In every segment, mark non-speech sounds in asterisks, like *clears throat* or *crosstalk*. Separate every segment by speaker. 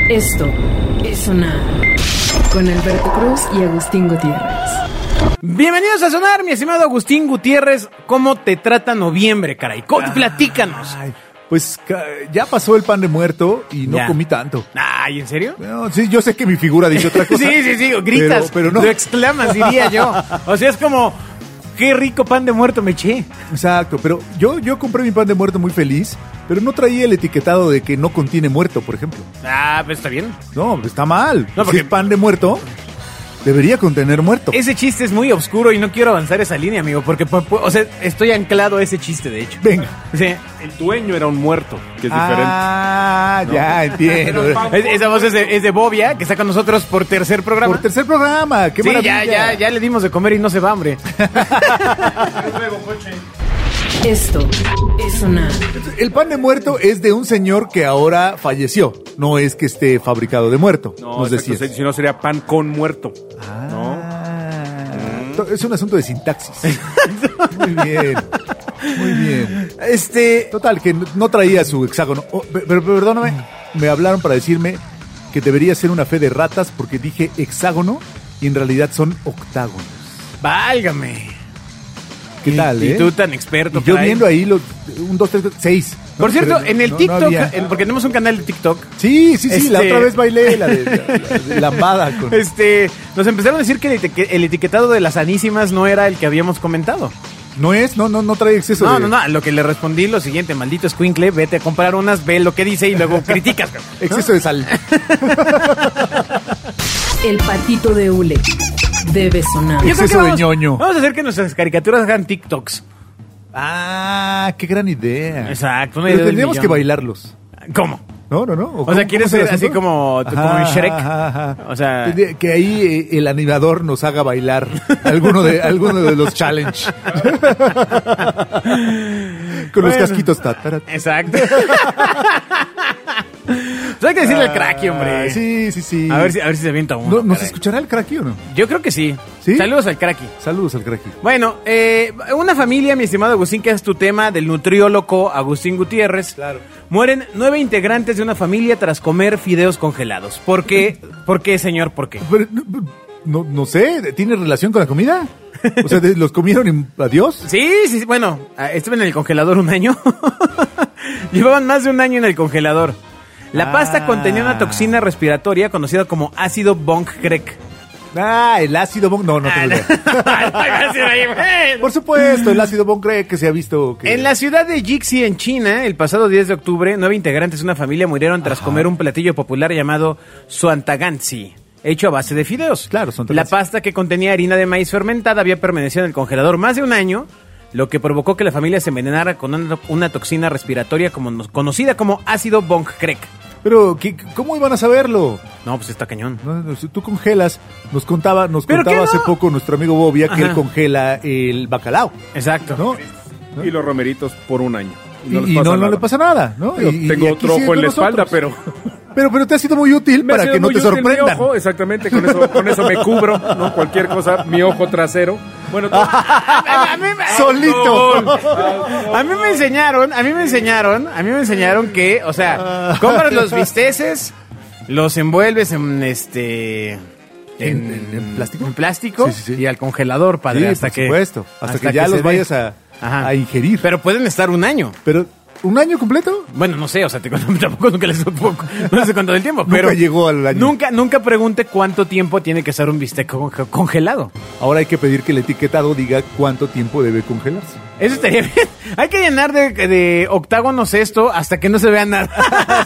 Speaker 1: Esto es Sonar con Alberto Cruz y Agustín Gutiérrez.
Speaker 2: Bienvenidos a Sonar, mi estimado Agustín Gutiérrez. ¿Cómo te trata noviembre, caray? Co-
Speaker 3: Ah.
Speaker 2: Platícanos.
Speaker 3: Ay, pues ca- ya pasó el pan de muerto y no
Speaker 2: Ya.
Speaker 3: comí tanto.
Speaker 2: Ay, ¿en
Speaker 3: *laughs*
Speaker 2: serio?
Speaker 3: Bueno, sí, yo sé que mi figura
Speaker 2: *laughs*
Speaker 3: dice otra cosa.
Speaker 2: Sí, sí, sí, gritas,
Speaker 3: Pero, pero no.
Speaker 2: lo exclamas, diría yo. O sea, es como, qué rico pan de muerto me eché.
Speaker 3: Exacto, pero yo, yo compré mi pan de muerto muy feliz, pero no traía el etiquetado de que no contiene muerto, por ejemplo.
Speaker 2: Ah, pues está bien.
Speaker 3: No, está mal.
Speaker 2: No, porque-
Speaker 3: Si es pan de muerto, debería contener muerto.
Speaker 2: Ese chiste es muy oscuro y no quiero avanzar esa línea, amigo, porque, pu- pu- o sea, estoy anclado a ese chiste, de hecho.
Speaker 3: Venga.
Speaker 2: Sí.
Speaker 4: El dueño era un muerto, que es
Speaker 3: Ah,
Speaker 2: *laughs*
Speaker 3: ya entiendo.
Speaker 2: Es- esa voz es de, es de Bobia, que está con nosotros por tercer programa.
Speaker 3: Por tercer programa, qué
Speaker 2: sí,
Speaker 3: maravilla.
Speaker 2: ya, ya, ya le dimos de comer y no se va, hombre. *laughs*
Speaker 1: Esto es Sonar.
Speaker 3: El pan de muerto es de un señor que ahora falleció. No es que esté fabricado de muerto.
Speaker 4: diferente. No,
Speaker 3: nos
Speaker 4: exacto,
Speaker 3: decías.
Speaker 4: si no sería pan con muerto.
Speaker 3: Ah, to- Es un asunto
Speaker 2: *laughs*
Speaker 3: de sintaxis. Muy bien. Muy bien.
Speaker 2: Este,
Speaker 3: Total, que no- no traía su hexágono. Oh, pe- pero perdóname, me hablaron para decirme que debería ser una fe de ratas porque dije hexágono y en realidad son octágonos.
Speaker 2: válgame.
Speaker 3: ¿Qué tal,
Speaker 2: Y
Speaker 3: eh?
Speaker 2: tú tan experto.
Speaker 3: Y yo
Speaker 2: caray.
Speaker 3: viendo ahí los un, dos, tres, cuatro, seis.
Speaker 2: Por
Speaker 3: No,
Speaker 2: cierto,
Speaker 3: pero no-
Speaker 2: en el
Speaker 3: no- no
Speaker 2: TikTok,
Speaker 3: había.
Speaker 2: en- porque tenemos un canal de TikTok,
Speaker 3: Sí, sí, sí, la
Speaker 2: Este-
Speaker 3: otra vez bailé la de, la- la
Speaker 2: *laughs*
Speaker 3: de lambada con...
Speaker 2: este, nos empezaron a decir que el, etique- el etiquetado de las anísimas no era el que habíamos comentado.
Speaker 3: No es, no, no, no trae exceso
Speaker 2: No,
Speaker 3: de-
Speaker 2: no, no, lo que le respondí lo siguiente, maldito escuincle, vete a comprar unas, ve lo que dice y
Speaker 3: *laughs*
Speaker 2: luego criticas. cabrón.
Speaker 3: Exceso
Speaker 2: *laughs*
Speaker 3: de sal.
Speaker 1: El patito de Ule debe sonar.
Speaker 2: Yo creo que
Speaker 3: Exceso de
Speaker 2: vamos,
Speaker 3: ñoño.
Speaker 2: vamos a hacer que nuestras caricaturas hagan TikToks.
Speaker 3: Ah, qué gran idea.
Speaker 2: Exacto, una
Speaker 3: Pero
Speaker 2: idea del
Speaker 3: tendríamos
Speaker 2: millón.
Speaker 3: que bailarlos.
Speaker 2: ¿Cómo?
Speaker 3: No, no, no.
Speaker 2: O sea, quieres ser
Speaker 3: ser
Speaker 2: así como, como en Shrek. Ah. O sea,
Speaker 3: que ahí eh, el animador nos haga bailar alguno de alguno de los challenge.
Speaker 2: *laughs*
Speaker 3: Con los
Speaker 2: Bueno.
Speaker 3: casquitos tatara.
Speaker 2: exacto. *laughs* Pues hay que decirle al cracky, hombre.
Speaker 3: Ah, Sí, sí, sí.
Speaker 2: A ver si, a ver si se avienta uno.
Speaker 3: No, ¿Nos
Speaker 2: caray.
Speaker 3: escuchará el cracky o no?
Speaker 2: Yo creo que sí.
Speaker 3: ¿Sí?
Speaker 2: Saludos al cracky.
Speaker 3: Saludos al cracky.
Speaker 2: Bueno, eh, una familia, mi estimado Agustín, que es tu tema del nutriólogo Agustín Gutiérrez.
Speaker 3: Claro.
Speaker 2: Mueren nueve integrantes de una familia tras comer fideos congelados. ¿Por
Speaker 3: *laughs*
Speaker 2: qué? ¿Por qué, señor? ¿Por qué?
Speaker 3: Pero, no, no sé, ¿tiene relación con la comida? O sea, de- ¿los comieron y adiós?
Speaker 2: Sí, sí, sí, bueno, ah, estuve en el congelador un año. *laughs* Llevaban más de un año en el congelador. La pasta
Speaker 3: Ah.
Speaker 2: contenía una toxina respiratoria conocida como ácido Bonk-Crek.
Speaker 3: Ah, el ácido bon... No, no tengo idea.
Speaker 2: *laughs*
Speaker 3: *laughs* Por supuesto, el ácido bon cree que se ha visto que...
Speaker 2: En la ciudad de Jixi, en China, el pasado 10 de octubre, nueve integrantes de una familia murieron tras comer un platillo popular llamado suantaganzi, hecho a base de fideos.
Speaker 3: Claro,
Speaker 2: La
Speaker 3: suantaganzi.
Speaker 2: pasta que contenía harina de maíz fermentada había permanecido en el congelador más de un año, lo que provocó que la familia se envenenara con una, una toxina respiratoria como, nos- conocida como ácido Bonk-Crek.
Speaker 3: Pero, ¿qué- ¿cómo iban a saberlo?
Speaker 2: No, pues está cañón.
Speaker 3: No, no, si tú congelas, nos contaba, nos
Speaker 2: ¿Pero
Speaker 3: contaba
Speaker 2: qué
Speaker 3: hace
Speaker 2: no?
Speaker 3: poco nuestro amigo Bobia que
Speaker 2: Ajá.
Speaker 3: él congela el bacalao,
Speaker 2: Exacto.
Speaker 3: ¿no?
Speaker 4: ¿no? Y los romeritos por un año.
Speaker 3: Y, y no, no le pasa nada, ¿no?
Speaker 4: Digo,
Speaker 3: Y- y
Speaker 4: tengo
Speaker 3: aquí
Speaker 4: otro ojo
Speaker 3: siendo
Speaker 4: en la espalda,
Speaker 3: *laughs* nosotros.
Speaker 4: pero-
Speaker 3: Pero, pero te ha sido muy útil
Speaker 4: Me ha
Speaker 3: para
Speaker 4: sido
Speaker 3: que no
Speaker 4: muy
Speaker 3: te
Speaker 4: útil mi
Speaker 3: sorprendan.
Speaker 4: ojo, exactamente, con eso, con eso me cubro, ¿no? Cualquier cosa, mi ojo trasero. Bueno, tú-
Speaker 2: A mí me-
Speaker 3: Solito.
Speaker 2: A mí me enseñaron, a mí me enseñaron, a mí me enseñaron que, o sea, compras los bisteces, los envuelves en este
Speaker 3: ¿En- en- en plástico?
Speaker 2: en plástico
Speaker 3: Sí, sí, sí.
Speaker 2: y al congelador, padre,
Speaker 3: Sí,
Speaker 2: hasta
Speaker 3: por
Speaker 2: que
Speaker 3: supuesto, hasta que ya los
Speaker 2: se
Speaker 3: vayas
Speaker 2: dé.
Speaker 3: a-
Speaker 2: Ajá.
Speaker 3: a ingerir.
Speaker 2: Pero pueden estar un año.
Speaker 3: Pero, ¿un año completo?
Speaker 2: Bueno, no sé, o sea, te cuento- *laughs* tampoco nunca les tampoco- no sé cuánto del tiempo,
Speaker 3: Nunca
Speaker 2: pero
Speaker 3: llegó al año.
Speaker 2: Nunca nunca pregunte cuánto tiempo tiene que estar un bistec conge- congelado.
Speaker 3: Ahora hay que pedir que el etiquetado diga cuánto tiempo debe congelarse. *laughs*
Speaker 2: Eso estaría *laughs* bien. Hay que llenar de, de octágonos esto hasta que no se vea nada.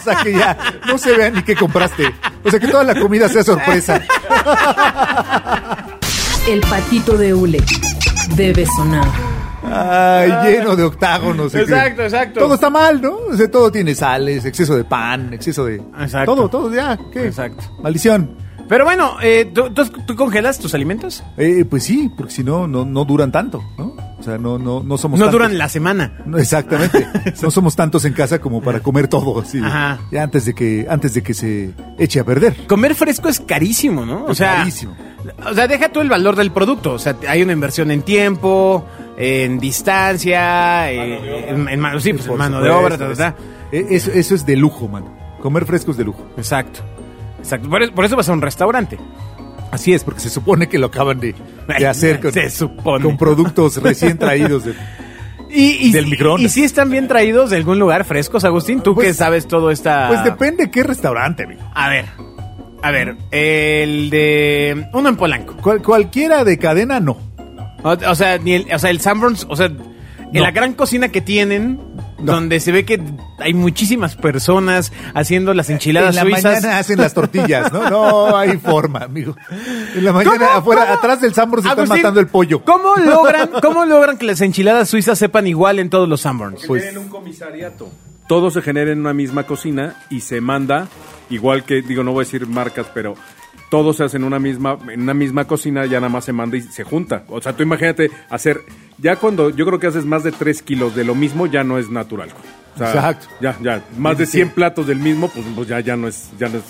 Speaker 2: *laughs*
Speaker 3: o sea, que ya no se vea ni qué compraste. O sea, que toda la comida sea sorpresa.
Speaker 1: El patito de Ule debe sonar.
Speaker 3: Ay, lleno de octágonos.
Speaker 2: Exacto, exacto.
Speaker 3: Todo está mal, ¿no? O sea, todo tiene sales, exceso de pan, exceso de...
Speaker 2: Exacto.
Speaker 3: Todo, todo, ya. ¿qué?
Speaker 2: Exacto.
Speaker 3: Maldición.
Speaker 2: Pero bueno, eh, ¿tú, tú, tú congelas tus alimentos?
Speaker 3: Eh, pues sí, porque si no, no, no duran tanto, ¿no? O sea, no, no, no somos
Speaker 2: No
Speaker 3: tantos.
Speaker 2: duran la semana. *laughs*
Speaker 3: No, exactamente. no somos tantos en casa como para comer todo, así.
Speaker 2: Ajá.
Speaker 3: Ya antes de que, antes de que se eche a perder.
Speaker 2: Comer fresco es carísimo, ¿no? O
Speaker 3: Es
Speaker 2: sea,
Speaker 3: carísimo.
Speaker 2: O sea, deja tú el valor del producto. O sea, hay una inversión en tiempo, en distancia, eh, en, en mano, sí, pues, en
Speaker 3: Por
Speaker 2: mano de
Speaker 3: supuesto, E,
Speaker 2: obra, ta, ta, ta.
Speaker 3: es- eh, Eso, eso es de lujo, mano. Comer fresco es de lujo.
Speaker 2: Exacto. Exacto. Por, es- por eso vas a un restaurante.
Speaker 3: Así es, porque se supone que lo acaban de, de hacer con,
Speaker 2: Se supone.
Speaker 3: con productos recién traídos. de-
Speaker 2: Y, y,
Speaker 3: Del microondas.
Speaker 2: Y si están bien traídos de algún lugar frescos, Agustín, tú que
Speaker 3: Pues-
Speaker 2: sabes todo esta.
Speaker 3: Pues depende qué restaurante, amigo.
Speaker 2: A ver. A ver. El de. Uno en Polanco.
Speaker 3: Cual- cualquiera de cadena, no.
Speaker 2: O, o sea, ni el, o sea, el Sanborns. O sea, en la gran cocina que tienen.
Speaker 3: No.
Speaker 2: Donde se ve que hay muchísimas personas haciendo las enchiladas
Speaker 3: en la
Speaker 2: suizas.
Speaker 3: mañana hacen las tortillas, ¿no? No hay forma, amigo. En la mañana,
Speaker 2: ¿Cómo?
Speaker 3: afuera,
Speaker 2: ¿Cómo?
Speaker 3: atrás del Sambor se están
Speaker 2: Agustín,
Speaker 3: matando el pollo.
Speaker 2: ¿Cómo
Speaker 3: *laughs*
Speaker 2: logran, ¿Cómo logran que las enchiladas suizas sepan igual en todos los Sanborns?
Speaker 3: Pues-
Speaker 4: Generen un comisariato. Todo se genera en una misma cocina y se manda, igual que, digo, no voy a decir marcas, pero todo se hace en una misma, en una misma cocina, ya nada más se manda y se junta. O sea, tú imagínate hacer, ya cuando yo creo que haces más de 3 kilos de lo mismo, ya no es natural. güey. O sea,
Speaker 3: Exacto.
Speaker 4: Ya, ya. Más
Speaker 3: Sí,
Speaker 4: de
Speaker 3: sí.
Speaker 4: 100 platos del mismo, pues, pues ya, ya no es, ya no es.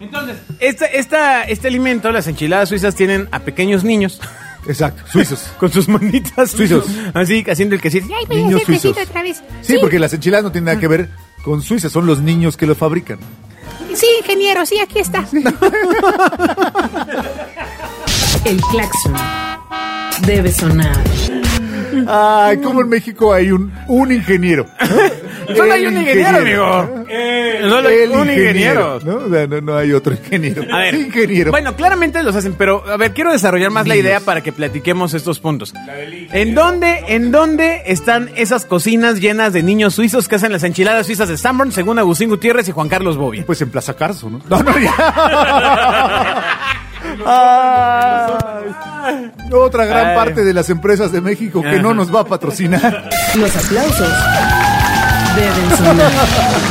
Speaker 2: Entonces, esta, esta, este alimento, las enchiladas suizas, tienen a pequeños
Speaker 3: *laughs*
Speaker 2: niños.
Speaker 3: Exacto, suizos.
Speaker 2: con sus manitas
Speaker 3: Suizos.
Speaker 2: Así, haciendo el que sí.
Speaker 5: Ay, voy a
Speaker 3: Niños
Speaker 5: hacer quesito
Speaker 3: suizos.
Speaker 5: otra vez.
Speaker 3: Sí, porque las enchiladas no tienen nada que ver con Suiza, son los niños que lo fabrican.
Speaker 5: Sí, ingeniero, sí, aquí está.
Speaker 1: El claxon debe sonar.
Speaker 3: Ay, como en México hay un, un ingeniero.
Speaker 2: *laughs* Solo hay
Speaker 3: El Eh,
Speaker 2: un ingeniero, amigo. Solo hay
Speaker 3: El
Speaker 2: un ingeniero.
Speaker 3: ¿no? O sea, no, no hay otro ingeniero.
Speaker 2: A ver,
Speaker 3: ingeniero.
Speaker 2: Bueno, claramente los hacen, pero a ver, quiero desarrollar más la idea para que platiquemos estos puntos. ¿En dónde, ¿En dónde están esas cocinas llenas de niños suizos que hacen las enchiladas suizas de Sanborn, según Agustín Gutiérrez y Juan Carlos Bobia?
Speaker 3: Pues en Plaza Carso, ¿no? No, no, *laughs* ya. Ay, otra gran
Speaker 2: Ay.
Speaker 3: parte de las empresas de México que no nos va a patrocinar.
Speaker 1: Los aplausos deben sonar.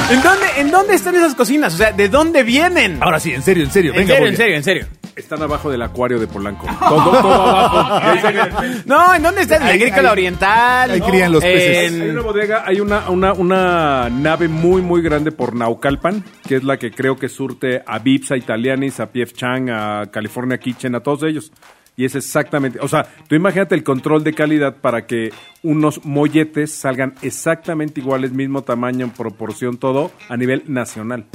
Speaker 2: ¿En dónde, ¿En dónde están esas cocinas? O sea, ¿de dónde vienen?
Speaker 3: Ahora sí, en serio, en serio.
Speaker 2: en
Speaker 3: Ah, venga,
Speaker 2: serio,
Speaker 3: Bobia.
Speaker 2: en serio, en serio.
Speaker 4: Están abajo del acuario de *laughs* Polanco. Todo, todo abajo. Ahí se-
Speaker 2: *laughs* No, ¿en dónde están? En la
Speaker 3: Ahí-
Speaker 2: agrícola
Speaker 3: ahí-
Speaker 2: oriental.
Speaker 3: ahí crían los peces.
Speaker 2: en-
Speaker 4: Hay una bodega, hay una, una, una nave muy, muy grande por Naucalpan, que es la que creo que surte a Vips, a Italianis, a P.F. Chang, a California Kitchen, a todos ellos. Y es exactamente, o sea, tú imagínate el control de calidad para que unos molletes salgan exactamente iguales, mismo tamaño, en proporción, todo, a nivel nacional.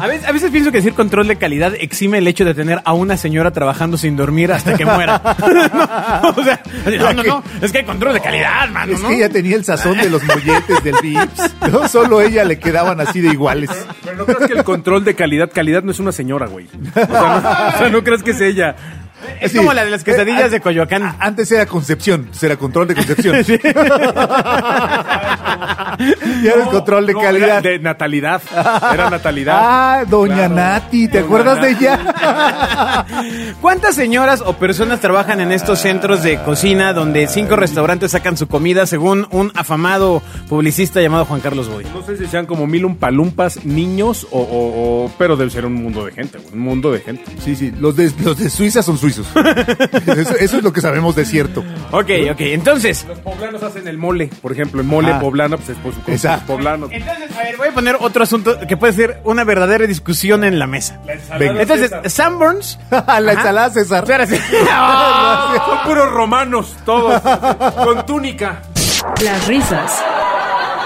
Speaker 2: A veces, a veces pienso que decir control de calidad exime el hecho de tener a una señora trabajando sin dormir hasta que
Speaker 3: *laughs*
Speaker 2: muera. *laughs* No, o sea, no, no, no, es que hay control de calidad, mano,
Speaker 3: Es
Speaker 2: ¿no?
Speaker 3: que ella tenía el sazón de los molletes del Vips. Ah, No solo a ella le quedaban así de iguales.
Speaker 4: Pero no crees que el *laughs* control de calidad, calidad no es una señora, güey. O sea, no, o sea, no crees que es ella.
Speaker 2: Es
Speaker 3: Sí. Eh, ah,
Speaker 2: como la de las quesadillas de Coyoacán. *laughs*
Speaker 3: Antes era Concepción, entonces era control de Concepción. Y ahora es control de
Speaker 4: No, era
Speaker 3: calidad.
Speaker 4: de natalidad. Era natalidad.
Speaker 3: Ah, Doña
Speaker 4: Claro.
Speaker 3: Nati, ¿te
Speaker 4: Doña
Speaker 3: acuerdas de
Speaker 4: Nati.
Speaker 3: ella?
Speaker 2: ¿Cuántas señoras o personas trabajan en estos centros de cocina donde cinco restaurantes sacan su comida según un afamado publicista llamado Juan Carlos Boy?
Speaker 4: No sé si sean como mil umpalumpas niños o, o- o- Pero debe ser un mundo de gente, güey, un mundo de gente.
Speaker 3: Sí, sí, los de, los de Suiza
Speaker 2: *laughs*
Speaker 3: son suizos. Eso, eso es lo que sabemos de cierto. *laughs*
Speaker 2: Ok, ok, entonces...
Speaker 4: Los poblanos hacen el mole, por ejemplo, el mole
Speaker 3: Ah.
Speaker 4: poblano, pues es por su- con sus
Speaker 3: Exacto.
Speaker 4: poblanos.
Speaker 2: Entonces, a ver, voy a poner otro asunto que puede ser una verdadera discusión en la mesa.
Speaker 3: Venga.
Speaker 2: Entonces, Sanborns...
Speaker 3: La ensalada César.
Speaker 2: Espera,
Speaker 3: *laughs*
Speaker 2: sí.
Speaker 4: *laughs*
Speaker 2: Oh.
Speaker 4: Son puros romanos, todos, *laughs* con túnica.
Speaker 1: Las risas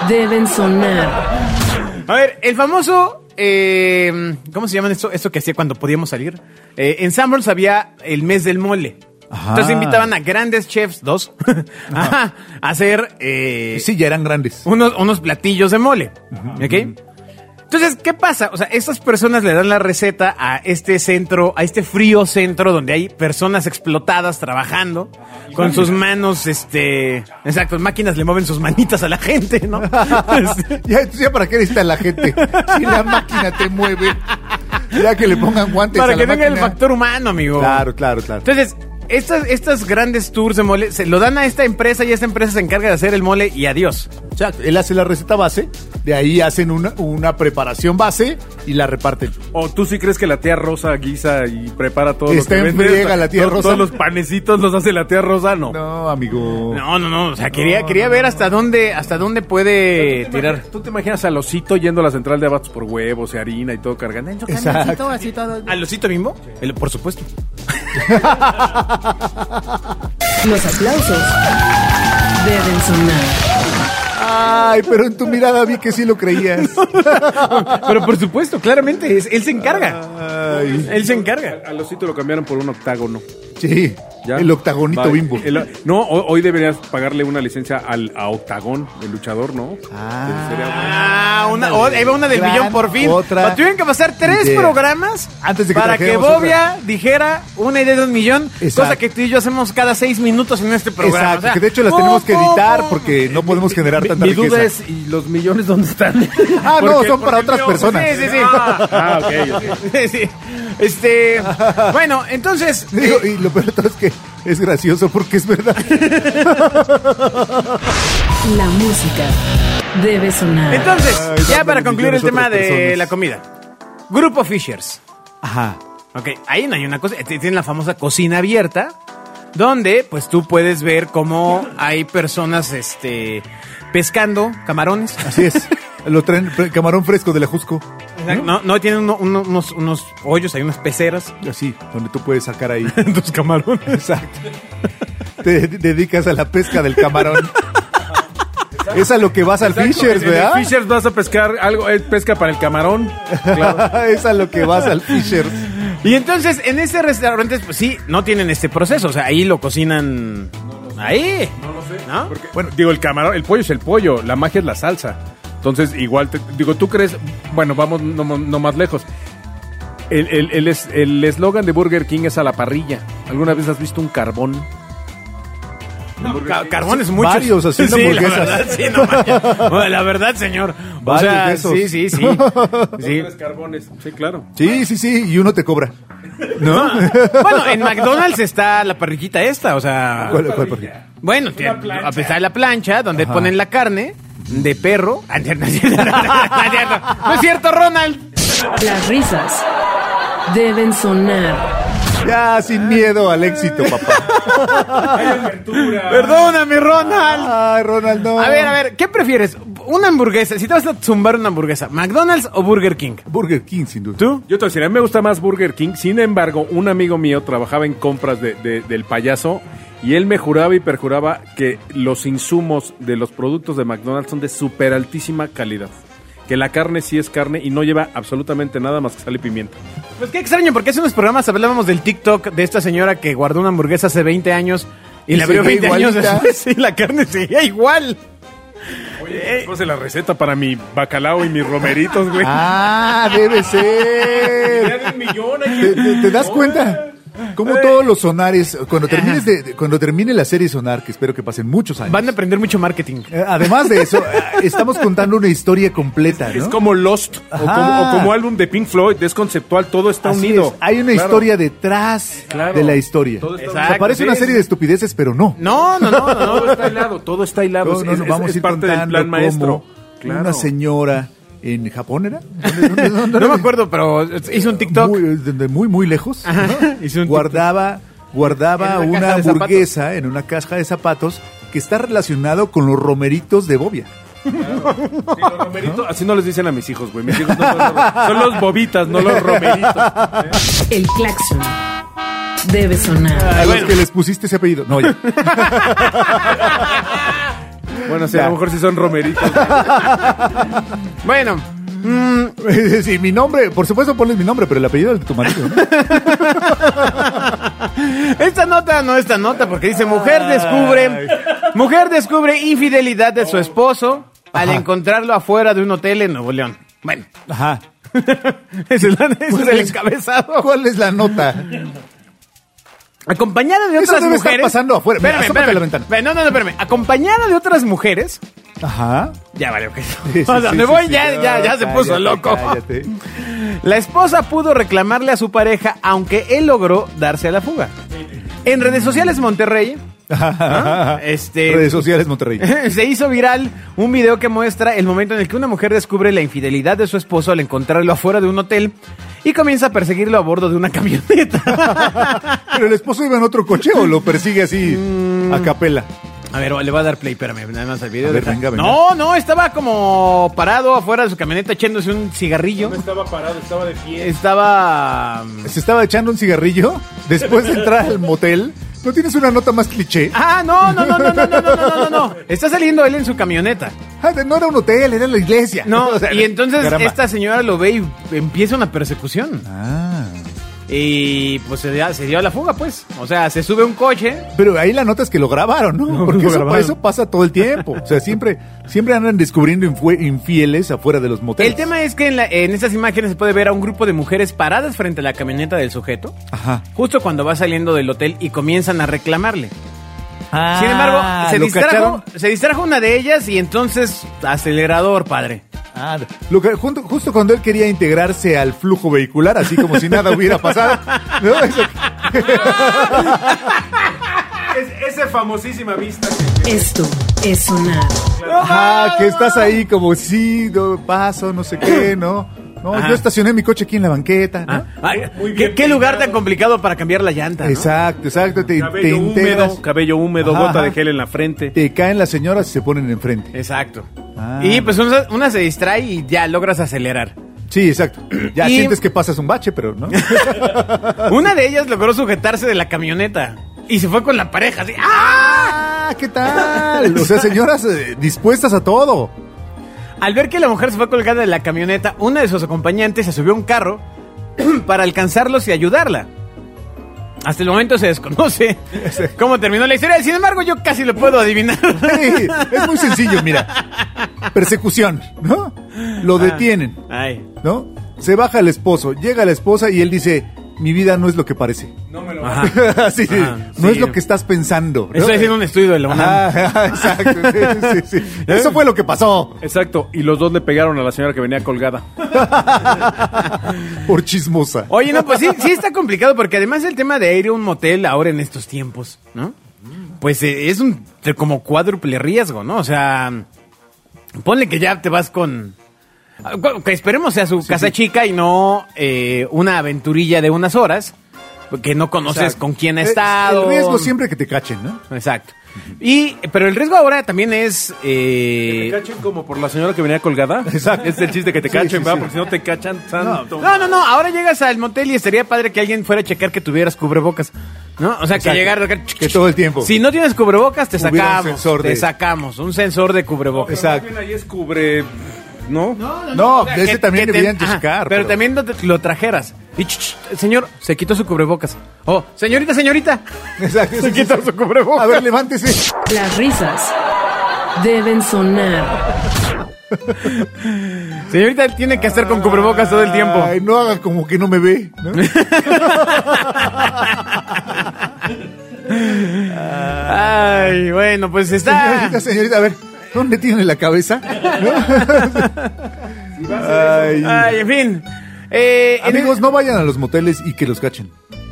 Speaker 1: deben sonar.
Speaker 2: A ver, el famoso. eh, ¿Cómo se llaman esto? Esto que hacía cuando podíamos salir. Eh, en Sanborns había el mes del mole.
Speaker 3: Ajá.
Speaker 2: Entonces invitaban a grandes chefs, dos, *laughs* a hacer eh,
Speaker 3: Sí, ya eran grandes.
Speaker 2: unos, unos platillos de mole. ¿Ok? Entonces, ¿qué pasa? O sea, estas personas le dan la receta a este centro, a este frío centro donde hay personas explotadas trabajando con sus manos, este, exacto, máquinas le mueven sus manitas a la gente, ¿no? Este,
Speaker 3: Ya, entonces, ¿ya para qué necesita la gente? Si la máquina te mueve, ya que le pongan guantes
Speaker 2: Para
Speaker 3: a
Speaker 2: que
Speaker 3: la
Speaker 2: tenga el
Speaker 3: máquina.
Speaker 2: factor humano, amigo.
Speaker 3: Claro, claro, claro.
Speaker 2: Entonces, estas, estas grandes tours de mole se lo dan a esta empresa y esta empresa se encarga de hacer el mole y adiós.
Speaker 3: Exacto, él hace la receta base, de ahí hacen una, una preparación base y la reparten.
Speaker 4: O tú sí crees que la tía Rosa guisa y prepara todo
Speaker 3: Está
Speaker 4: lo
Speaker 3: en
Speaker 4: que vende.
Speaker 3: friega la tía
Speaker 4: Todos-
Speaker 3: Rosa.
Speaker 4: Todos los panecitos los hace la tía Rosa, no.
Speaker 3: No, amigo.
Speaker 2: No, no, no. O sea, quería, quería ver hasta dónde, hasta dónde puede tirar.
Speaker 4: Eh, ¿Tú te imaginas al osito yendo a la central de abatos por huevos y harina y todo cargando? En su
Speaker 3: Exacto.
Speaker 2: ¿Al osito mismo? Por
Speaker 3: *laughs*
Speaker 2: supuesto.
Speaker 1: Los aplausos deben sonar.
Speaker 3: Ay, pero en tu mirada vi que sí
Speaker 2: *laughs*
Speaker 3: lo creías.
Speaker 2: Pero por supuesto, claramente, es- él se encarga.
Speaker 3: Ay,
Speaker 2: Él se encarga.
Speaker 4: Al osito lo cambiaron por un octágono.
Speaker 3: sí,
Speaker 4: ¿ya?
Speaker 3: el octagonito
Speaker 4: Vale.
Speaker 3: bimbo.
Speaker 4: El- no, ho- hoy deberías pagarle una licencia al, a Octagón, el luchador, ¿no?
Speaker 3: Ah.
Speaker 4: Sería bueno.
Speaker 2: Ah, una, oh, ahí va una del
Speaker 3: Gran
Speaker 2: millón por fin.
Speaker 3: otra
Speaker 2: Pero Tuvieron que pasar tres
Speaker 3: idea.
Speaker 2: programas
Speaker 3: Antes de que
Speaker 2: para que
Speaker 3: trajéramos
Speaker 2: Bobia dijera una idea de un millón,
Speaker 3: Exacto.
Speaker 2: cosa que tú y yo hacemos cada seis minutos en este programa.
Speaker 3: Exacto,
Speaker 2: O sea,
Speaker 3: que de hecho las
Speaker 2: pum,
Speaker 3: tenemos que
Speaker 2: pum,
Speaker 3: editar
Speaker 2: pum.
Speaker 3: porque no podemos generar
Speaker 6: Mi,
Speaker 3: tanta
Speaker 6: mi duda
Speaker 3: riqueza.
Speaker 6: es, ¿y los millones dónde están?
Speaker 3: *laughs* Ah, no,
Speaker 2: Porque-
Speaker 3: son para
Speaker 2: porque
Speaker 3: otras
Speaker 2: yo-
Speaker 3: personas.
Speaker 2: Sí, sí, sí.
Speaker 6: ah, ok. ok.
Speaker 2: *laughs* Sí. Este, bueno, entonces,
Speaker 3: *laughs* Digo, y lo peor de todo es que es gracioso porque es verdad.
Speaker 1: La música debe sonar.
Speaker 2: entonces,
Speaker 3: Ay,
Speaker 2: ya
Speaker 3: dándole
Speaker 2: para concluir el
Speaker 3: millones a
Speaker 2: tema
Speaker 3: otras
Speaker 2: de
Speaker 3: personas.
Speaker 2: la comida. Grupo Fishers.
Speaker 3: Ajá.
Speaker 2: Ok, ahí no hay una cosa. Tienen la famosa cocina abierta, donde pues tú puedes ver cómo hay personas este, pescando camarones.
Speaker 3: Así es. Lo traen fre- camarón fresco del Ajusco.
Speaker 2: Exacto. No, no tienen uno- uno- unos, unos hoyos, hay unas peceras.
Speaker 3: Así, donde tú puedes sacar ahí.
Speaker 2: *laughs* Dos camarones.
Speaker 3: Exacto. Te de- dedicas a la pesca del camarón. Es a lo que vas al
Speaker 4: Exacto,
Speaker 3: Fishers,
Speaker 4: en- en el
Speaker 3: ¿verdad?
Speaker 4: Fishers vas a pescar algo, es pesca para el camarón.
Speaker 3: *laughs* es a lo que vas al Fishers.
Speaker 2: Y entonces, en ese restaurante, pues sí, no tienen este proceso. O sea, ahí lo cocinan. Ahí. No lo sé.
Speaker 4: Bueno, digo, el camarón, el pollo es el pollo, la magia es la salsa. Entonces, igual, te- digo, tú crees, bueno, vamos no, no más lejos. El, el- el es- el eslogan de Burger King es a la parrilla. ¿Alguna vez has visto un carbón?
Speaker 2: Ca- carbones muchos.
Speaker 3: Varios haciendo hamburguesas.
Speaker 2: La verdad, sí, no manches. Bueno, la verdad, señor. O
Speaker 3: Varios de
Speaker 2: sea,
Speaker 3: esos.
Speaker 2: sí, sí, sí. Sí.
Speaker 4: carbones. Sí, claro.
Speaker 3: Sí, sí, sí, y uno te cobra. ¿No?
Speaker 2: Bueno, en McDonald's está la parrillita esta, o sea.
Speaker 3: ¿Cuál, cuál parrilla?
Speaker 2: Bueno, tiene- a pesar de la plancha, donde ponen la carne de perro. *laughs* Ah, no, no es cierto. No es cierto, Ronald.
Speaker 1: Las risas deben sonar.
Speaker 3: Ya, sin miedo al éxito, papá.
Speaker 2: Perdóname, Ronald.
Speaker 3: Ay, Ronald, no.
Speaker 2: A ver, a ver, ¿qué prefieres? ¿Una hamburguesa? Si te vas a zumbar una hamburguesa, ¿McDonald's o Burger King?
Speaker 3: Burger King, sin duda.
Speaker 2: ¿Tú?
Speaker 4: Yo te voy a decir, a mí me gusta más Burger King. Sin embargo, un amigo mío trabajaba en compras de- de- del payaso y él me juraba y perjuraba que los insumos de los productos de McDonald's son de súper altísima calidad. Que la carne sí es carne y no lleva absolutamente nada más que sal y pimienta.
Speaker 2: Pues qué extraño, porque hace unos programas hablábamos del TikTok de esta señora que guardó una hamburguesa hace 20 años y,
Speaker 3: Y
Speaker 2: la abrió
Speaker 3: seguía
Speaker 2: 20 años
Speaker 3: igualita.
Speaker 2: después *laughs* y la carne seguía igual.
Speaker 4: Oye, hace la receta para mi bacalao y mis romeritos, güey.
Speaker 3: Ah, debe ser. ¿Te, te- te das cuenta?
Speaker 4: Eh.
Speaker 3: Como todos los sonares, cuando termines de, de- cuando termine la serie Sonar, que espero que pasen muchos años.
Speaker 2: Van a aprender mucho marketing.
Speaker 3: Eh, Además de eso, eh, estamos contando una historia completa, ¿no?
Speaker 4: Es como Lost o
Speaker 3: Ajá.
Speaker 4: como, o como álbum de Pink Floyd, es conceptual, todo está
Speaker 3: Así
Speaker 4: unido.
Speaker 3: es, Hay una
Speaker 4: Claro.
Speaker 3: historia detrás
Speaker 4: Claro.
Speaker 3: de la historia.
Speaker 4: Todo está-
Speaker 3: O sea, parece
Speaker 4: Exacto,
Speaker 3: una
Speaker 4: sí,
Speaker 3: serie de estupideces, pero no.
Speaker 2: No, no, no, no.
Speaker 3: *laughs*
Speaker 4: Todo está hilado, todo está hilado.
Speaker 3: No,
Speaker 4: Es-
Speaker 3: no, no,
Speaker 4: es-
Speaker 3: vamos
Speaker 4: es
Speaker 3: a ir
Speaker 4: parte del
Speaker 3: contando
Speaker 4: plan maestro.
Speaker 3: cómo
Speaker 4: Claro.
Speaker 3: una señora en Japón era. ¿Dónde- dónde-
Speaker 4: *laughs*
Speaker 3: dónde-
Speaker 2: No me acuerdo, pero hizo un TikTok.
Speaker 3: Muy, desde muy, muy lejos. ¿no?
Speaker 2: *laughs* hizo un
Speaker 3: Guardaba, guardaba
Speaker 2: En una
Speaker 3: una
Speaker 2: caja de
Speaker 3: hamburguesa en una caja de zapatos que está relacionado con los romeritos de Bobia.
Speaker 4: Sí, los romeritos, así no les dicen a mis hijos, güey. Mis hijos no son, los- son los bobitas, no los romeritos.
Speaker 1: El claxon debe
Speaker 2: Ah,
Speaker 1: sonar.
Speaker 3: A los que les pusiste ese apellido.
Speaker 2: *laughs*
Speaker 3: No, ya.
Speaker 4: Bueno, sí, a
Speaker 3: Ya.
Speaker 4: lo mejor sí son romeritos. güey.
Speaker 2: Bueno, *laughs*
Speaker 3: sí, mi nombre, por supuesto ponles mi nombre, pero el apellido es de tu marido. ¿no?
Speaker 2: esta nota no esta nota porque dice mujer descubre mujer descubre infidelidad
Speaker 3: Oh.
Speaker 2: de su esposo al encontrarlo afuera de un hotel en Nuevo León. Bueno, *laughs*
Speaker 3: Ajá.
Speaker 2: ese es, la- ese
Speaker 3: Pues
Speaker 2: es el encabezado.
Speaker 3: ¿Cuál es
Speaker 2: *laughs*
Speaker 3: la nota?
Speaker 2: Acompañada de
Speaker 3: Eso
Speaker 2: otras
Speaker 3: debe estar
Speaker 2: mujeres.
Speaker 3: pasando afuera. Mira,
Speaker 2: Espérame,
Speaker 3: asómate a la
Speaker 2: espérame. No, no, no, espérame. Acompañada de otras mujeres.
Speaker 3: Ajá.
Speaker 2: Ya vale, ok.
Speaker 3: Sí,
Speaker 2: *laughs*
Speaker 3: sí,
Speaker 2: O sea,
Speaker 3: sí,
Speaker 2: me
Speaker 3: sí,
Speaker 2: voy,
Speaker 3: sí.
Speaker 2: ya, ya, ya se
Speaker 3: Cállate,
Speaker 2: puso loco.
Speaker 3: cállate.
Speaker 2: *laughs* La esposa pudo reclamarle a su pareja, aunque él logró darse a la fuga. En redes sociales Monterrey *laughs*
Speaker 3: Ajá.
Speaker 2: Este-
Speaker 3: Redes
Speaker 2: *laughs*
Speaker 3: sociales Monterrey.
Speaker 2: se hizo viral un video que muestra el momento en el que una mujer descubre la infidelidad de su esposo al encontrarlo afuera de un hotel y comienza a perseguirlo a bordo de una camioneta. *laughs*
Speaker 3: ¿Pero el esposo iba en otro coche o lo persigue así a capela?
Speaker 2: A ver, le voy a dar play, espérame, nada más al video.
Speaker 3: A ver,
Speaker 2: Deja-
Speaker 3: venga, venga.
Speaker 2: No, no, estaba como parado afuera de su camioneta echándose un cigarrillo.
Speaker 4: Estaba parado, estaba de pie.
Speaker 2: Estaba... mm,
Speaker 3: Se estaba echando un cigarrillo después de entrar al motel. ¿No tienes una nota más cliché?
Speaker 2: Ah, no, no, no, no, no, no, no, no, no, no. Está saliendo él en su camioneta.
Speaker 3: Ah, no era un hotel, era la iglesia.
Speaker 2: No,
Speaker 3: *laughs* O sea,
Speaker 2: y entonces
Speaker 3: caramba.
Speaker 2: esta señora lo ve y empieza una persecución.
Speaker 3: Ah.
Speaker 2: Y pues se, da- se dio a la fuga, pues. O sea, se sube a un coche.
Speaker 3: Pero ahí la nota es que lo grabaron, ¿no?
Speaker 6: No,
Speaker 3: Porque
Speaker 6: lo
Speaker 3: eso,
Speaker 6: grabaron.
Speaker 3: eso pasa todo el tiempo. O sea, siempre, siempre andan descubriendo infue- infieles afuera de los moteles.
Speaker 2: El tema es que en, la- en estas imágenes se puede ver a un grupo de mujeres paradas frente a la camioneta del sujeto.
Speaker 3: Ajá.
Speaker 2: Justo cuando va saliendo del hotel y comienzan a reclamarle. Sin embargo, se
Speaker 3: Ah, ¿lo
Speaker 2: distrajo,
Speaker 3: cacharon?
Speaker 2: se distrajo una de ellas y entonces acelerador, padre.
Speaker 3: Ah, lo que, junto- justo cuando él quería integrarse al flujo vehicular, así como si nada hubiera pasado. ¿no? *laughs* Eso-
Speaker 4: esa famosísima vista.
Speaker 1: Esto es sonar.
Speaker 3: Ajá, que estás ahí como, sí, no, paso, no sé qué, ¿no? No,
Speaker 2: Ajá.
Speaker 3: yo estacioné mi coche aquí en la banqueta, ¿no?
Speaker 2: Ah, ay,
Speaker 4: Muy bien
Speaker 2: ¿qué, qué
Speaker 4: pintado.
Speaker 2: lugar tan complicado para cambiar la llanta? no?
Speaker 3: Exacto, exacto. Te, te
Speaker 4: Cabello
Speaker 3: enteras,
Speaker 4: húmedo, cabello húmedo,
Speaker 3: Ajá,
Speaker 4: gota
Speaker 3: ajá.
Speaker 4: de gel en la frente.
Speaker 3: te caen las señoras y se ponen enfrente.
Speaker 2: Exacto.
Speaker 3: Ah.
Speaker 2: Y pues una, una se distrae y ya logras acelerar.
Speaker 3: Sí, exacto. Ya
Speaker 2: Y-
Speaker 3: sientes que pasas un bache,
Speaker 2: *laughs*
Speaker 3: pero no.
Speaker 2: Una de ellas logró sujetarse de la camioneta y se fue con la pareja así. ¡Ah!
Speaker 3: ¡Ah! ¿Qué tal? O sea, señoras eh, dispuestas a todo.
Speaker 2: Al ver que la mujer se fue colgada de la camioneta, una de sus acompañantes se subió a un carro *clears throat* para alcanzarlos y ayudarla. Hasta el momento se
Speaker 3: *laughs*
Speaker 2: desconoce cómo terminó la historia. Sin embargo, yo casi lo puedo adivinar.
Speaker 3: Sí, es muy sencillo, mira. Persecución, ¿no?
Speaker 2: Ah.
Speaker 3: Lo detienen,
Speaker 2: Ay.
Speaker 3: ¿no? Se baja el esposo, llega la esposa y él dice, mi vida no es lo que parece.
Speaker 2: Ajá.
Speaker 3: *laughs* Sí, sí,
Speaker 2: Ajá,
Speaker 3: no
Speaker 2: sí.
Speaker 3: es lo que estás pensando. ¿no?
Speaker 2: Estoy haciendo un estudio de la UNAM.
Speaker 3: Ajá, ajá, *laughs* exacto. sí, sí,
Speaker 2: *laughs*
Speaker 3: sí. Eso fue lo que pasó.
Speaker 4: Exacto, y los dos le pegaron a la señora que venía colgada.
Speaker 3: Por chismosa.
Speaker 2: Oye, no, pues sí, sí está complicado porque además el tema de ir a un motel ahora en estos tiempos, ¿no? Pues eh, es un te- como cuádruple riesgo, ¿no? O sea, ponle que ya te vas con... ah, cu- Que esperemos sea su casa chica y no eh, una aventurilla de unas horas, porque no conoces
Speaker 3: Exacto.
Speaker 2: con quién ha
Speaker 3: Es-
Speaker 2: estado.
Speaker 3: Eh, El riesgo siempre que te cachen, ¿no?
Speaker 2: Exacto. Y, pero el riesgo ahora también es... eh,
Speaker 4: ¿Te cachen como por la señora que
Speaker 2: *laughs*
Speaker 4: venía colgada?
Speaker 3: Exacto.
Speaker 4: Es el chiste que te
Speaker 3: Sí,
Speaker 4: cachen,
Speaker 3: sí,
Speaker 4: ¿verdad?
Speaker 3: sí.
Speaker 4: Porque si no te cachan, santo.
Speaker 2: No, no, no, ahora llegas al motel y estaría padre que alguien fuera a checar que tuvieras cubrebocas. ¿No? O sea, que
Speaker 3: Exacto.
Speaker 2: llegar acá-
Speaker 3: Que todo el tiempo.
Speaker 2: Si no tienes cubrebocas, te
Speaker 3: Hubiera un
Speaker 2: sacamos.
Speaker 3: sensor
Speaker 2: Te
Speaker 3: de-
Speaker 2: sacamos un sensor de cubrebocas.
Speaker 3: Exacto.
Speaker 4: Más bien Ahí es cubre... ¿No?
Speaker 3: No,
Speaker 2: O sea,
Speaker 3: de ese
Speaker 2: que-
Speaker 3: también
Speaker 2: que te-
Speaker 3: deberían
Speaker 2: ajá,
Speaker 3: checar.
Speaker 2: Pero, también lo, lo trajeras. Y, ch, ch, ch, señor, se quitó su cubrebocas. Oh, señorita, señorita.
Speaker 3: Exacto, sí, sí,
Speaker 2: quita
Speaker 3: sí.
Speaker 2: su cubrebocas.
Speaker 3: A ver, levántese.
Speaker 1: Las risas deben sonar.
Speaker 2: Señorita tiene que estar con cubrebocas todo el tiempo.
Speaker 3: Ay, no haga como que no me ve. ¿no?
Speaker 2: *laughs* Ay, bueno, pues está.
Speaker 3: Señorita, señorita, a ver, ¿dónde tiene la cabeza? *laughs* Ay.
Speaker 2: Ay, en fin. Eh, en-
Speaker 3: Amigos, no vayan a los moteles y que los cachen.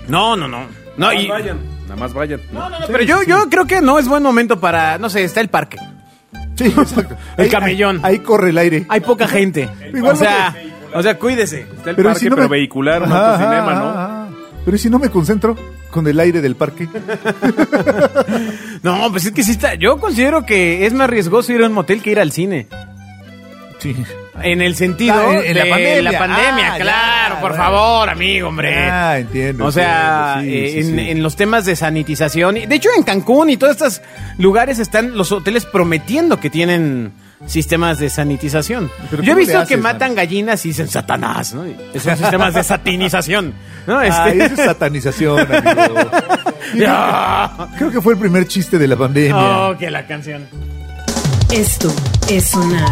Speaker 2: No, no, no. No, y,
Speaker 4: vayan. Nada más vayan.
Speaker 2: No, Pero yo, yo creo que no es buen momento para, no sé, está el parque.
Speaker 3: *laughs* Sí, exacto.
Speaker 2: El
Speaker 3: Ahí-
Speaker 2: camellón.
Speaker 3: Ahí, ahí corre el aire.
Speaker 2: Hay poca gente.
Speaker 3: Igual
Speaker 2: o sea, o sea, cuídese.
Speaker 4: Está el
Speaker 3: Pero ¿y
Speaker 4: parque,
Speaker 3: si no
Speaker 4: pero
Speaker 3: me-
Speaker 4: vehicular, un
Speaker 3: Ajá,
Speaker 4: autocinema,
Speaker 3: ajá,
Speaker 4: ¿no?
Speaker 3: ajá. Pero ¿y si no me concentro con el aire del parque.
Speaker 2: No, pues es que sí está. Yo considero que es más riesgoso ir a un motel que ir al cine.
Speaker 3: Sí.
Speaker 2: En el sentido
Speaker 3: Ah, en- en la
Speaker 2: de
Speaker 3: pandemia.
Speaker 2: la pandemia,
Speaker 3: Ah,
Speaker 2: claro,
Speaker 3: ya,
Speaker 2: por
Speaker 3: bueno.
Speaker 2: favor, amigo, hombre.
Speaker 3: Ah, entiendo.
Speaker 2: O sea,
Speaker 3: entiendo, sí,
Speaker 2: eh,
Speaker 3: sí,
Speaker 2: en,
Speaker 3: sí.
Speaker 2: en los temas de sanitización. De hecho, en Cancún y todos estos lugares están los hoteles prometiendo que tienen sistemas de sanitización.
Speaker 3: Pero
Speaker 2: Yo he
Speaker 3: ¿cómo le
Speaker 2: visto que
Speaker 3: haces,
Speaker 2: matan
Speaker 3: mano?
Speaker 2: gallinas y dicen Satanás, ¿no? Y Son sistemas de satinización,
Speaker 3: *laughs*
Speaker 2: ¿no? Este-
Speaker 3: Ay, esa es satanización, amigo.
Speaker 2: *laughs*
Speaker 3: Y
Speaker 2: Ya.
Speaker 3: Creo que fue el primer chiste de la pandemia.
Speaker 2: Oh, que la canción.
Speaker 1: Esto es sonar.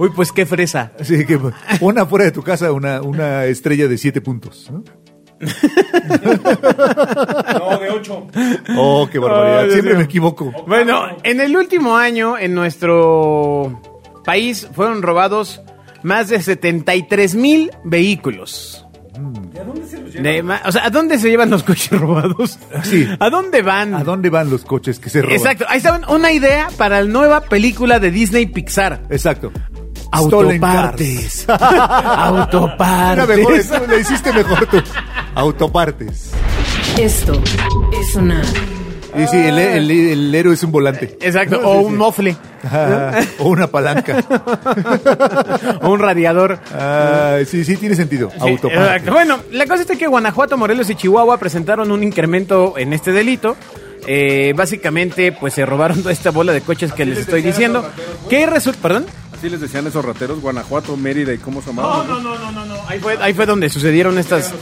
Speaker 2: Uy, pues qué fresa.
Speaker 3: Así que pon afuera de tu casa una, una estrella de siete puntos. ¿no?
Speaker 4: No, de ocho.
Speaker 3: Oh, qué barbaridad.
Speaker 2: Ay, Dios
Speaker 3: Siempre
Speaker 2: mío.
Speaker 3: me equivoco.
Speaker 2: Bueno, en el último año en nuestro país fueron robados más de 73 mil vehículos. De ma- o sea, ¿a dónde se llevan los *laughs* coches robados?
Speaker 3: Sí.
Speaker 2: ¿A dónde van?
Speaker 3: ¿A dónde van los coches que se roban?
Speaker 2: Exacto, ahí estaban una idea para la nueva película de Disney Pixar.
Speaker 3: Exacto. Stolen cars.
Speaker 2: Autopartes. *laughs*
Speaker 3: Era mejor,
Speaker 2: Autopartes.
Speaker 3: tú le hiciste mejor tú. Autopartes.
Speaker 1: Esto es sonar.
Speaker 3: Y sí, el, el- el héroe es un volante.
Speaker 2: *laughs* Exacto,
Speaker 3: *laughs* Sí,
Speaker 2: o
Speaker 3: sí.
Speaker 2: un mofle, *laughs*
Speaker 3: Ajá, o una palanca.
Speaker 2: o un radiador.
Speaker 3: Ah, sí, sí, tiene sentido.
Speaker 2: Sí,
Speaker 3: Autopartes.
Speaker 2: exacto. Bueno, la cosa es que Guanajuato, Morelos y Chihuahua presentaron un incremento en este delito. eh, básicamente, pues se robaron *laughs* toda esta bola de coches que les estoy diciendo. ¿Qué resulta? ¿Perdón?
Speaker 4: Así les decían esos rateros, Guanajuato, Mérida y cómo se llamaban. ¿no?
Speaker 2: no, no, no, no. Ahí fue, ahí fue donde sucedieron estas,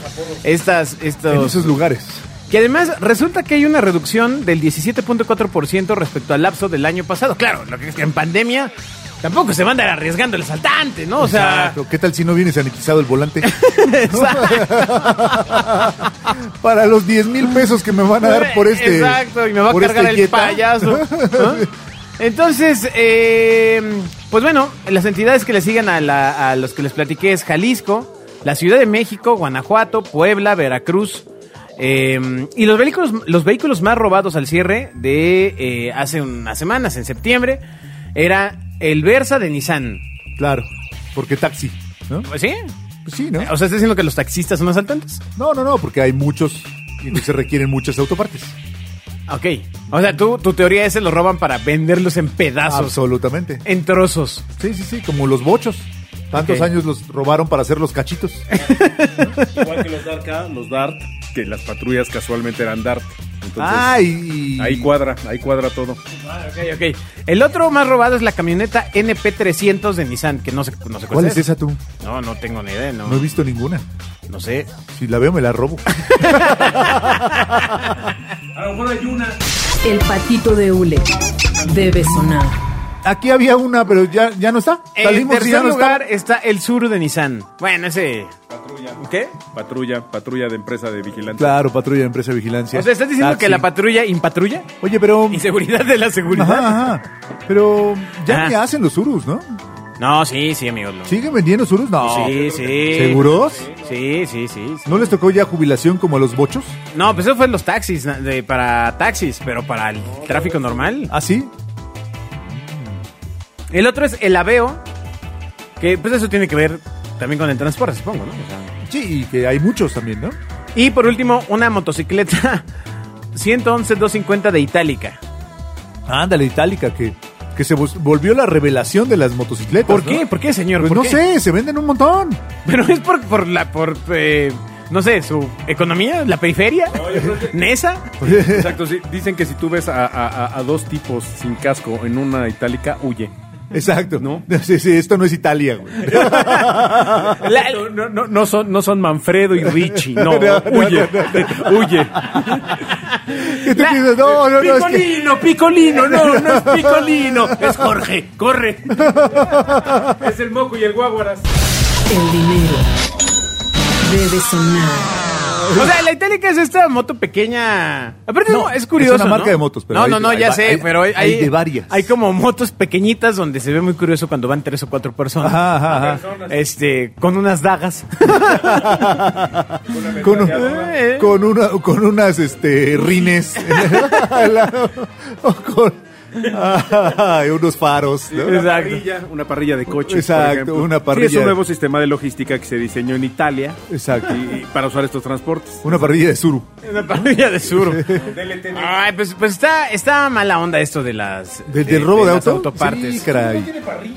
Speaker 2: estas,
Speaker 3: en
Speaker 2: estos,
Speaker 3: esos lugares.
Speaker 2: que además resulta que hay una reducción del 17.4% respecto al lapso del año pasado. Claro, lo que es que en pandemia tampoco se va a andar arriesgando el asaltante, ¿no? O sea,
Speaker 3: Exacto. ¿Qué tal si no viene sanitizado
Speaker 2: *laughs*
Speaker 3: el volante? *laughs*
Speaker 2: Exacto.
Speaker 3: Para los 10 mil pesos que me van a dar por este.
Speaker 2: Exacto, y me va a
Speaker 3: por
Speaker 2: cargar
Speaker 3: este
Speaker 2: el
Speaker 3: Jetta. *laughs*
Speaker 2: payaso. ¿no? Entonces, eh, pues bueno, las entidades que le siguen a, la- a los que les platiqué es Jalisco, la Ciudad de México, Guanajuato, Puebla, Veracruz. eh, y los vehículos, los vehículos más robados al cierre de eh, hace unas semanas, en septiembre, era el Versa de Nissan.
Speaker 3: Claro, porque taxi, ¿no?
Speaker 2: Pues sí.
Speaker 3: Pues sí, ¿no?
Speaker 2: O sea, ¿estás diciendo que los taxistas son asaltantes?
Speaker 3: No, no, no, porque hay muchos y entonces requieren muchas autopartes.
Speaker 2: Ok. O sea, tú, tu teoría es que los roban para venderlos en pedazos,
Speaker 3: Absolutamente.
Speaker 2: en trozos.
Speaker 3: Sí, sí, sí, como los bochos. Tantos
Speaker 2: Ok.
Speaker 3: años los robaron para hacer los cachitos.
Speaker 4: *laughs* Igual que los DARCA, los DART, que las patrullas casualmente eran DART. Entonces,
Speaker 3: Ah, Ay,
Speaker 4: ahí cuadra, ahí cuadra todo.
Speaker 2: Ah, Ok, ok. El otro más robado es la camioneta NP300 de Nissan, que no sé, no sé cuál,
Speaker 3: ¿Cuál es esa tú?
Speaker 2: No, no tengo ni idea, no,
Speaker 3: No he visto ninguna.
Speaker 2: no sé.
Speaker 3: *laughs* Si la veo, me
Speaker 2: *laughs*
Speaker 3: la robo.
Speaker 1: El patito de hule debe sonar.
Speaker 3: Aquí había una, pero ya, ya no está.
Speaker 2: En
Speaker 3: Salimos y ya
Speaker 2: tercer
Speaker 3: no
Speaker 2: lugar
Speaker 3: está.
Speaker 2: está el sur de Nissan. Bueno, ese...
Speaker 4: Patrulla.
Speaker 2: ¿Qué?
Speaker 4: Patrulla, patrulla de empresa de vigilancia.
Speaker 3: Claro, patrulla, empresa de vigilancia.
Speaker 2: O sea, ¿estás diciendo
Speaker 3: Taxi.
Speaker 2: que la patrulla impatrulla?
Speaker 3: Oye, pero.
Speaker 2: ¿Inseguridad de la seguridad?
Speaker 3: Ajá, ajá. Pero ya
Speaker 2: Ah.
Speaker 3: ni hacen los surus, ¿no?
Speaker 2: No, sí, sí, amigos. no.
Speaker 3: ¿Siguen vendiendo surus? No.
Speaker 2: Sí, sí.
Speaker 3: Oh. ¿Seguros?
Speaker 2: Sí, sí, sí. sí.
Speaker 3: ¿No les tocó ya jubilación como a los bochos?
Speaker 2: No, pues eso fue en los taxis, na- de- para taxis, pero para el tráfico normal.
Speaker 3: ¿Ah, sí?
Speaker 2: El otro es el aveo, que pues eso tiene que ver también con el transporte, supongo, ¿no? O sea,
Speaker 3: Sí, y que hay muchos también, ¿no?
Speaker 2: Y por último, una motocicleta *laughs* 111-250 de Itálica.
Speaker 3: Ándale, Itálica, que, que se vos- volvió la revelación de las motocicletas.
Speaker 2: ¿Por
Speaker 3: ¿no?
Speaker 2: qué? ¿Por qué, señor?
Speaker 3: Pues
Speaker 2: ¿Por
Speaker 3: no
Speaker 2: qué?
Speaker 3: sé, se venden un montón.
Speaker 2: Pero es por, por la, por, eh, no sé, su economía, la periferia, *laughs*
Speaker 4: *laughs*
Speaker 2: Nesa.
Speaker 4: *laughs* Exacto, sí. Dicen que si tú ves a, a- a- a dos tipos sin casco en una itálica, huye.
Speaker 3: Exacto.
Speaker 4: ¿No?
Speaker 3: *laughs* Sí, sí, esto no es
Speaker 2: *laughs*
Speaker 3: Italia, güey. *laughs*
Speaker 2: La-
Speaker 4: No, no, no, no son, no son Manfredo
Speaker 3: *laughs*
Speaker 4: y Richie,
Speaker 3: No,
Speaker 4: no,
Speaker 3: no,
Speaker 4: huye, huye.
Speaker 3: Y tú piensas, no, no, no, es que-
Speaker 2: Picolino, no,
Speaker 3: *laughs*
Speaker 2: no es Picolino, es Jorge, corre.
Speaker 4: Es el moco y el guaguaras.
Speaker 1: El dinero debe sonar.
Speaker 2: O sea, la Itálica es esta moto pequeña. Aparte,
Speaker 3: No,
Speaker 2: es curioso.
Speaker 3: es una marca
Speaker 2: ¿no?
Speaker 3: de motos, pero
Speaker 2: no,
Speaker 3: hay-
Speaker 2: no, no,
Speaker 3: hay
Speaker 2: ya
Speaker 3: va-
Speaker 2: sé,
Speaker 3: hay-
Speaker 2: pero hay,
Speaker 3: hay de varias.
Speaker 2: Hay como motos pequeñitas donde se ve muy curioso cuando van tres o cuatro personas.
Speaker 3: Ajá, ajá, ajá.
Speaker 2: Este, con unas dagas. *laughs*
Speaker 3: Con,
Speaker 2: Eh,
Speaker 3: un- con una, con unas
Speaker 2: *laughs*
Speaker 3: este, rines. *laughs* O con ay, unos faros. ¿no?
Speaker 4: Una
Speaker 2: Exacto.
Speaker 4: parrilla, una parrilla de coches. por
Speaker 3: Exacto,
Speaker 4: ejemplo.
Speaker 3: una
Speaker 4: Sí, es
Speaker 3: parrilla.
Speaker 4: un nuevo sistema de logística que se diseñó en Italia
Speaker 3: Exacto.
Speaker 4: y- y para usar estos
Speaker 3: *laughs*
Speaker 4: transportes.
Speaker 3: Una parrilla de suru.
Speaker 2: Una parrilla de sur.
Speaker 3: Ah,
Speaker 2: Ay, pues, pues está, está mala onda esto de las.
Speaker 3: ¿Del, del robo de,
Speaker 2: las
Speaker 3: auto?
Speaker 2: autopartes.
Speaker 3: Sí, caray.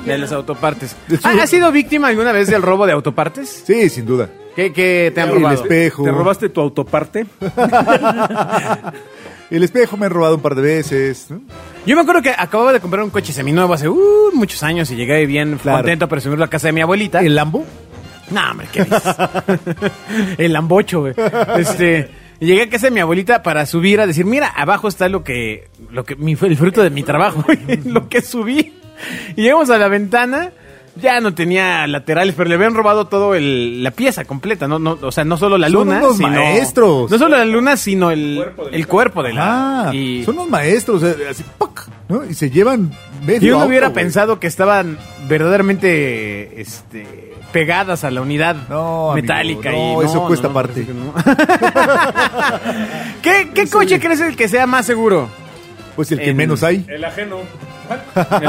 Speaker 2: de las autopartes.
Speaker 3: De sur.
Speaker 2: Ah, ¿Has sido víctima alguna vez del robo de autopartes?
Speaker 3: Sí, sin duda.
Speaker 2: *laughs* ¿Qué, qué te han
Speaker 3: El
Speaker 2: robado?
Speaker 3: espe- Espejo.
Speaker 4: ¿Te robaste tu autoparte?
Speaker 3: El espejo me han robado un par de veces. ¿no?
Speaker 2: Yo me acuerdo que acababa de comprar un coche seminuevo hace uh, muchos años y llegué bien
Speaker 3: Claro.
Speaker 2: contento a presumir la casa de mi abuelita.
Speaker 3: ¿El Lambo?
Speaker 2: No, hombre, ¿qué dices? *laughs* el ambocho, güey. Este, y llegué a casa de mi abuelita para subir a decir, mira, abajo está lo que, lo que, mi- el fruto de mi trabajo, *laughs* lo que subí. Y llegamos a la ventana, ya no tenía laterales, pero le habían robado todo el, la pieza completa, no, no, o sea, no solo la
Speaker 3: Son
Speaker 2: luna,
Speaker 3: unos
Speaker 2: sino
Speaker 3: maestros.
Speaker 2: no solo la luna, sino el cuerpo de, el cuerpo de la.
Speaker 3: Ah,
Speaker 2: y,
Speaker 3: son los maestros. eh, Así, ¡pac! ¿no? Y se llevan medio
Speaker 2: y uno
Speaker 3: auto,
Speaker 2: hubiera
Speaker 3: güey.
Speaker 2: pensado que estaban verdaderamente este, pegadas a la unidad
Speaker 3: No, amigo,
Speaker 2: metálica.
Speaker 3: no,
Speaker 2: y
Speaker 3: eso cuesta aparte.
Speaker 2: parece que no. *laughs* ¿Qué, qué coche crees el que sea más seguro?
Speaker 3: Pues el que
Speaker 2: en-
Speaker 3: menos hay.
Speaker 4: El ajeno. El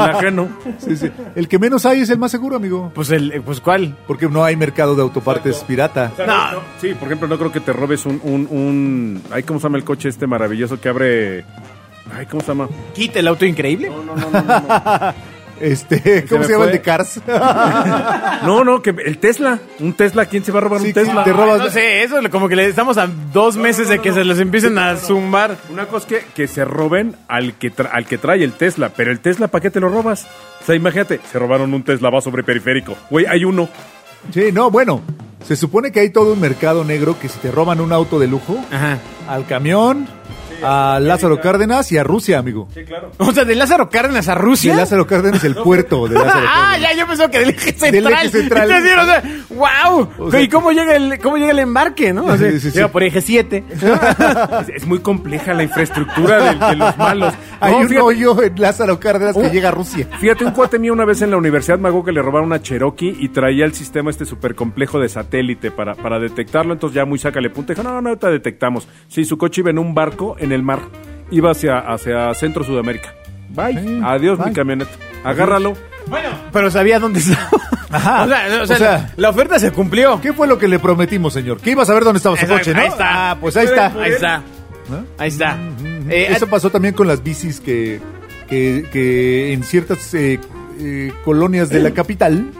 Speaker 3: *laughs*
Speaker 4: ajeno.
Speaker 3: Sí, sí. El que menos hay es el más seguro, amigo.
Speaker 2: *laughs* Pues el, eh, pues cuál.
Speaker 3: Porque no hay mercado de autopartes pirata.
Speaker 2: No.
Speaker 4: Sí, por ejemplo, no creo que te robes un, un, un... Ay, ¿cómo se llama el coche este maravilloso que abre... Ay, ¿cómo se llama?
Speaker 2: Quite el auto increíble.
Speaker 4: No, no, no, no, no.
Speaker 3: Este, ¿Cómo
Speaker 4: me
Speaker 3: se, llama el
Speaker 4: fue.
Speaker 3: de Cars? *laughs*
Speaker 4: No, no, que el Tesla. Un Tesla, ¿quién se va a robar
Speaker 3: Sí, sí,
Speaker 4: un Tesla?
Speaker 3: te robas-
Speaker 2: No sé, eso es como que le estamos a dos meses de que se los empiecen a zumbar.
Speaker 4: Una cosa es que, que se roben al que, tra- al que trae el Tesla, pero el Tesla, ¿para qué te lo robas? O sea, imagínate, se robaron un Tesla, va sobre periférico. Güey, hay uno. *laughs*
Speaker 3: Sí, no, bueno. Se supone que hay todo un mercado negro que si te roban un auto de lujo,
Speaker 2: Ajá.
Speaker 3: al camión, a Lázaro Cárdenas y a Rusia, amigo.
Speaker 2: O sea, de Lázaro Cárdenas a
Speaker 3: Y
Speaker 2: Rusia.
Speaker 3: el Lázaro Cárdenas, el puerto de
Speaker 4: *laughs*
Speaker 3: Lázaro
Speaker 2: ah,
Speaker 3: Cárdenas.
Speaker 2: ya, yo pensaba que del eje central.
Speaker 3: Del
Speaker 2: *laughs*
Speaker 3: eje central.
Speaker 2: Entonces, sí, o sea, wow.
Speaker 3: O sea-
Speaker 2: ¿Y cómo llega, el, cómo llega el embarque, no? O sea,
Speaker 3: Sí, sí, sí.
Speaker 2: llega por eje 7.
Speaker 4: Es, es muy compleja la infraestructura del- de, los malos.
Speaker 3: *laughs* Hay
Speaker 4: No,
Speaker 3: un
Speaker 4: fíjate-
Speaker 3: hoyo en Lázaro Cárdenas que
Speaker 2: Uh.
Speaker 4: Oh.
Speaker 3: llega a Rusia.
Speaker 4: Fíjate, un cuate mío una vez en la universidad me hago que le robaron una Cherokee y traía el sistema este súper complejo de satélite para, para detectarlo. Entonces ya muy sácale punta. Dijo, no, no, te detectamos. Sí, su coche iba en un barco en el mar. Iba hacia, hacia Centro Sudamérica. Bye.
Speaker 3: Sí,
Speaker 4: Adiós,
Speaker 3: bye.
Speaker 4: mi camioneta. Agárralo.
Speaker 2: Bueno, pero sabía dónde estaba. *laughs*
Speaker 3: Ajá.
Speaker 2: O sea, o sea,
Speaker 3: O sea,
Speaker 2: la, la oferta se cumplió.
Speaker 3: ¿Qué fue lo que le prometimos, señor? Que iba a saber dónde estaba su
Speaker 2: Exacto,
Speaker 3: coche, ¿no?
Speaker 2: ahí está.
Speaker 3: Ah, pues ahí está.
Speaker 2: Ahí está.
Speaker 3: ¿No? Mm,
Speaker 2: Ahí está. Eh,
Speaker 3: Eso pasó también con las bicis que, que, que en ciertas eh, eh, colonias de la capital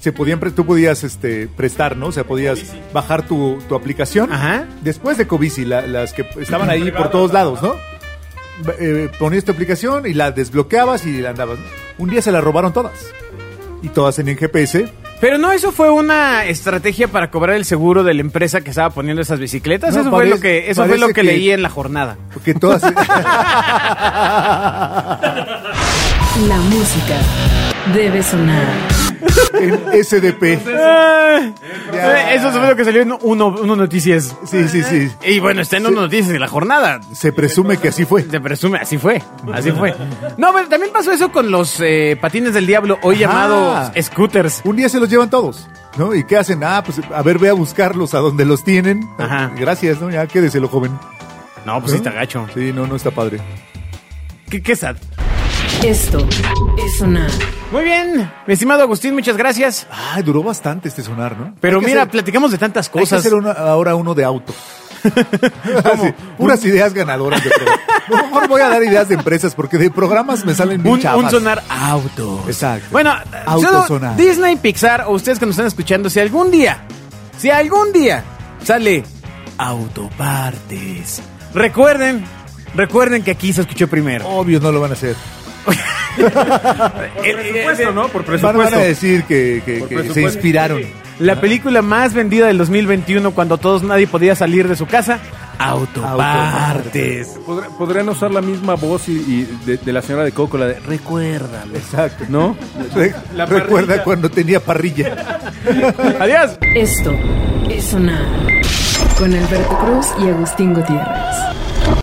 Speaker 3: se podían pre- tú podías este prestar, ¿no? O sea, podías bajar tu, tu aplicación.
Speaker 2: ah, Ajá.
Speaker 3: Después de Covici, la- las que estaban ahí por todos lados, ¿no? Ba- eh, ponías tu aplicación y la desbloqueabas y la andabas. ¿no? Un día se la robaron todas. Y todas tenían GPS.
Speaker 2: Pero no, eso fue una estrategia para cobrar el seguro de la empresa que estaba poniendo esas bicicletas.
Speaker 3: No,
Speaker 2: eso
Speaker 3: parece-
Speaker 2: fue lo que, eso fue lo
Speaker 3: parece
Speaker 2: que,
Speaker 3: que-
Speaker 2: leí en la jornada.
Speaker 3: Porque todas.
Speaker 2: *laughs*
Speaker 1: La música debe sonar.
Speaker 3: en SDP.
Speaker 2: Ah,
Speaker 3: Ya.
Speaker 2: Eso fue lo que salió en uno, uno noticias.
Speaker 3: Sí, sí, sí.
Speaker 2: Y bueno, está en uno noticias de la jornada.
Speaker 3: Se presume que así fue.
Speaker 2: Se presume, así fue, así fue. No, pero también pasó eso con los eh, patines del diablo, hoy
Speaker 3: Ajá.
Speaker 2: llamados scooters.
Speaker 3: Un día se los llevan todos, ¿no? ¿Y qué hacen? Ah, pues a ver, ve a buscarlos a donde los tienen.
Speaker 2: Ajá.
Speaker 3: Gracias, ¿no? Ya quédeselo, joven.
Speaker 2: No, pues sí está gacho.
Speaker 3: Sí, no, no está padre.
Speaker 2: Qué, qué sad.
Speaker 1: Esto es sonar.
Speaker 2: Muy bien, mi estimado Agustín, muchas gracias.
Speaker 3: Ay, duró bastante este sonar, ¿no?
Speaker 2: Pero
Speaker 3: Hay que
Speaker 2: mira,
Speaker 3: hacer-
Speaker 2: platicamos de tantas
Speaker 3: hay que
Speaker 2: cosas.
Speaker 3: hacer una- ahora uno
Speaker 2: *laughs*
Speaker 3: de auto. Así, puras ideas
Speaker 2: *laughs*
Speaker 3: ganadoras de programa. No, mejor voy a dar ideas de empresas porque de programas me salen bien
Speaker 2: Un,
Speaker 3: chavas.
Speaker 2: un sonar auto.
Speaker 3: Exacto.
Speaker 2: Bueno, solo
Speaker 3: Autosonar.
Speaker 2: Disney, Pixar o ustedes que nos están escuchando, si algún día, si algún día sale autopartes, recuerden, recuerden que aquí se escuchó primero.
Speaker 3: Obvio no lo van a hacer.
Speaker 2: Por eh,
Speaker 4: Presupuesto, ¿no? Por
Speaker 3: Van, van
Speaker 4: presupuesto.
Speaker 3: a decir que, que- que se
Speaker 4: presupuesto.
Speaker 3: inspiraron.
Speaker 2: La película más vendida del 2021 cuando todos nadie podía salir de su casa, Autopartes.
Speaker 4: Podr- Podrían usar la misma voz y, y de, de la señora de Coco, la de recuérdame.
Speaker 3: Exacto.
Speaker 4: ¿No?
Speaker 3: Re- recuerda cuando tenía parrilla.
Speaker 2: Adiós.
Speaker 1: Esto es sonar. Con Alberto Cruz y Agustín Gutiérrez.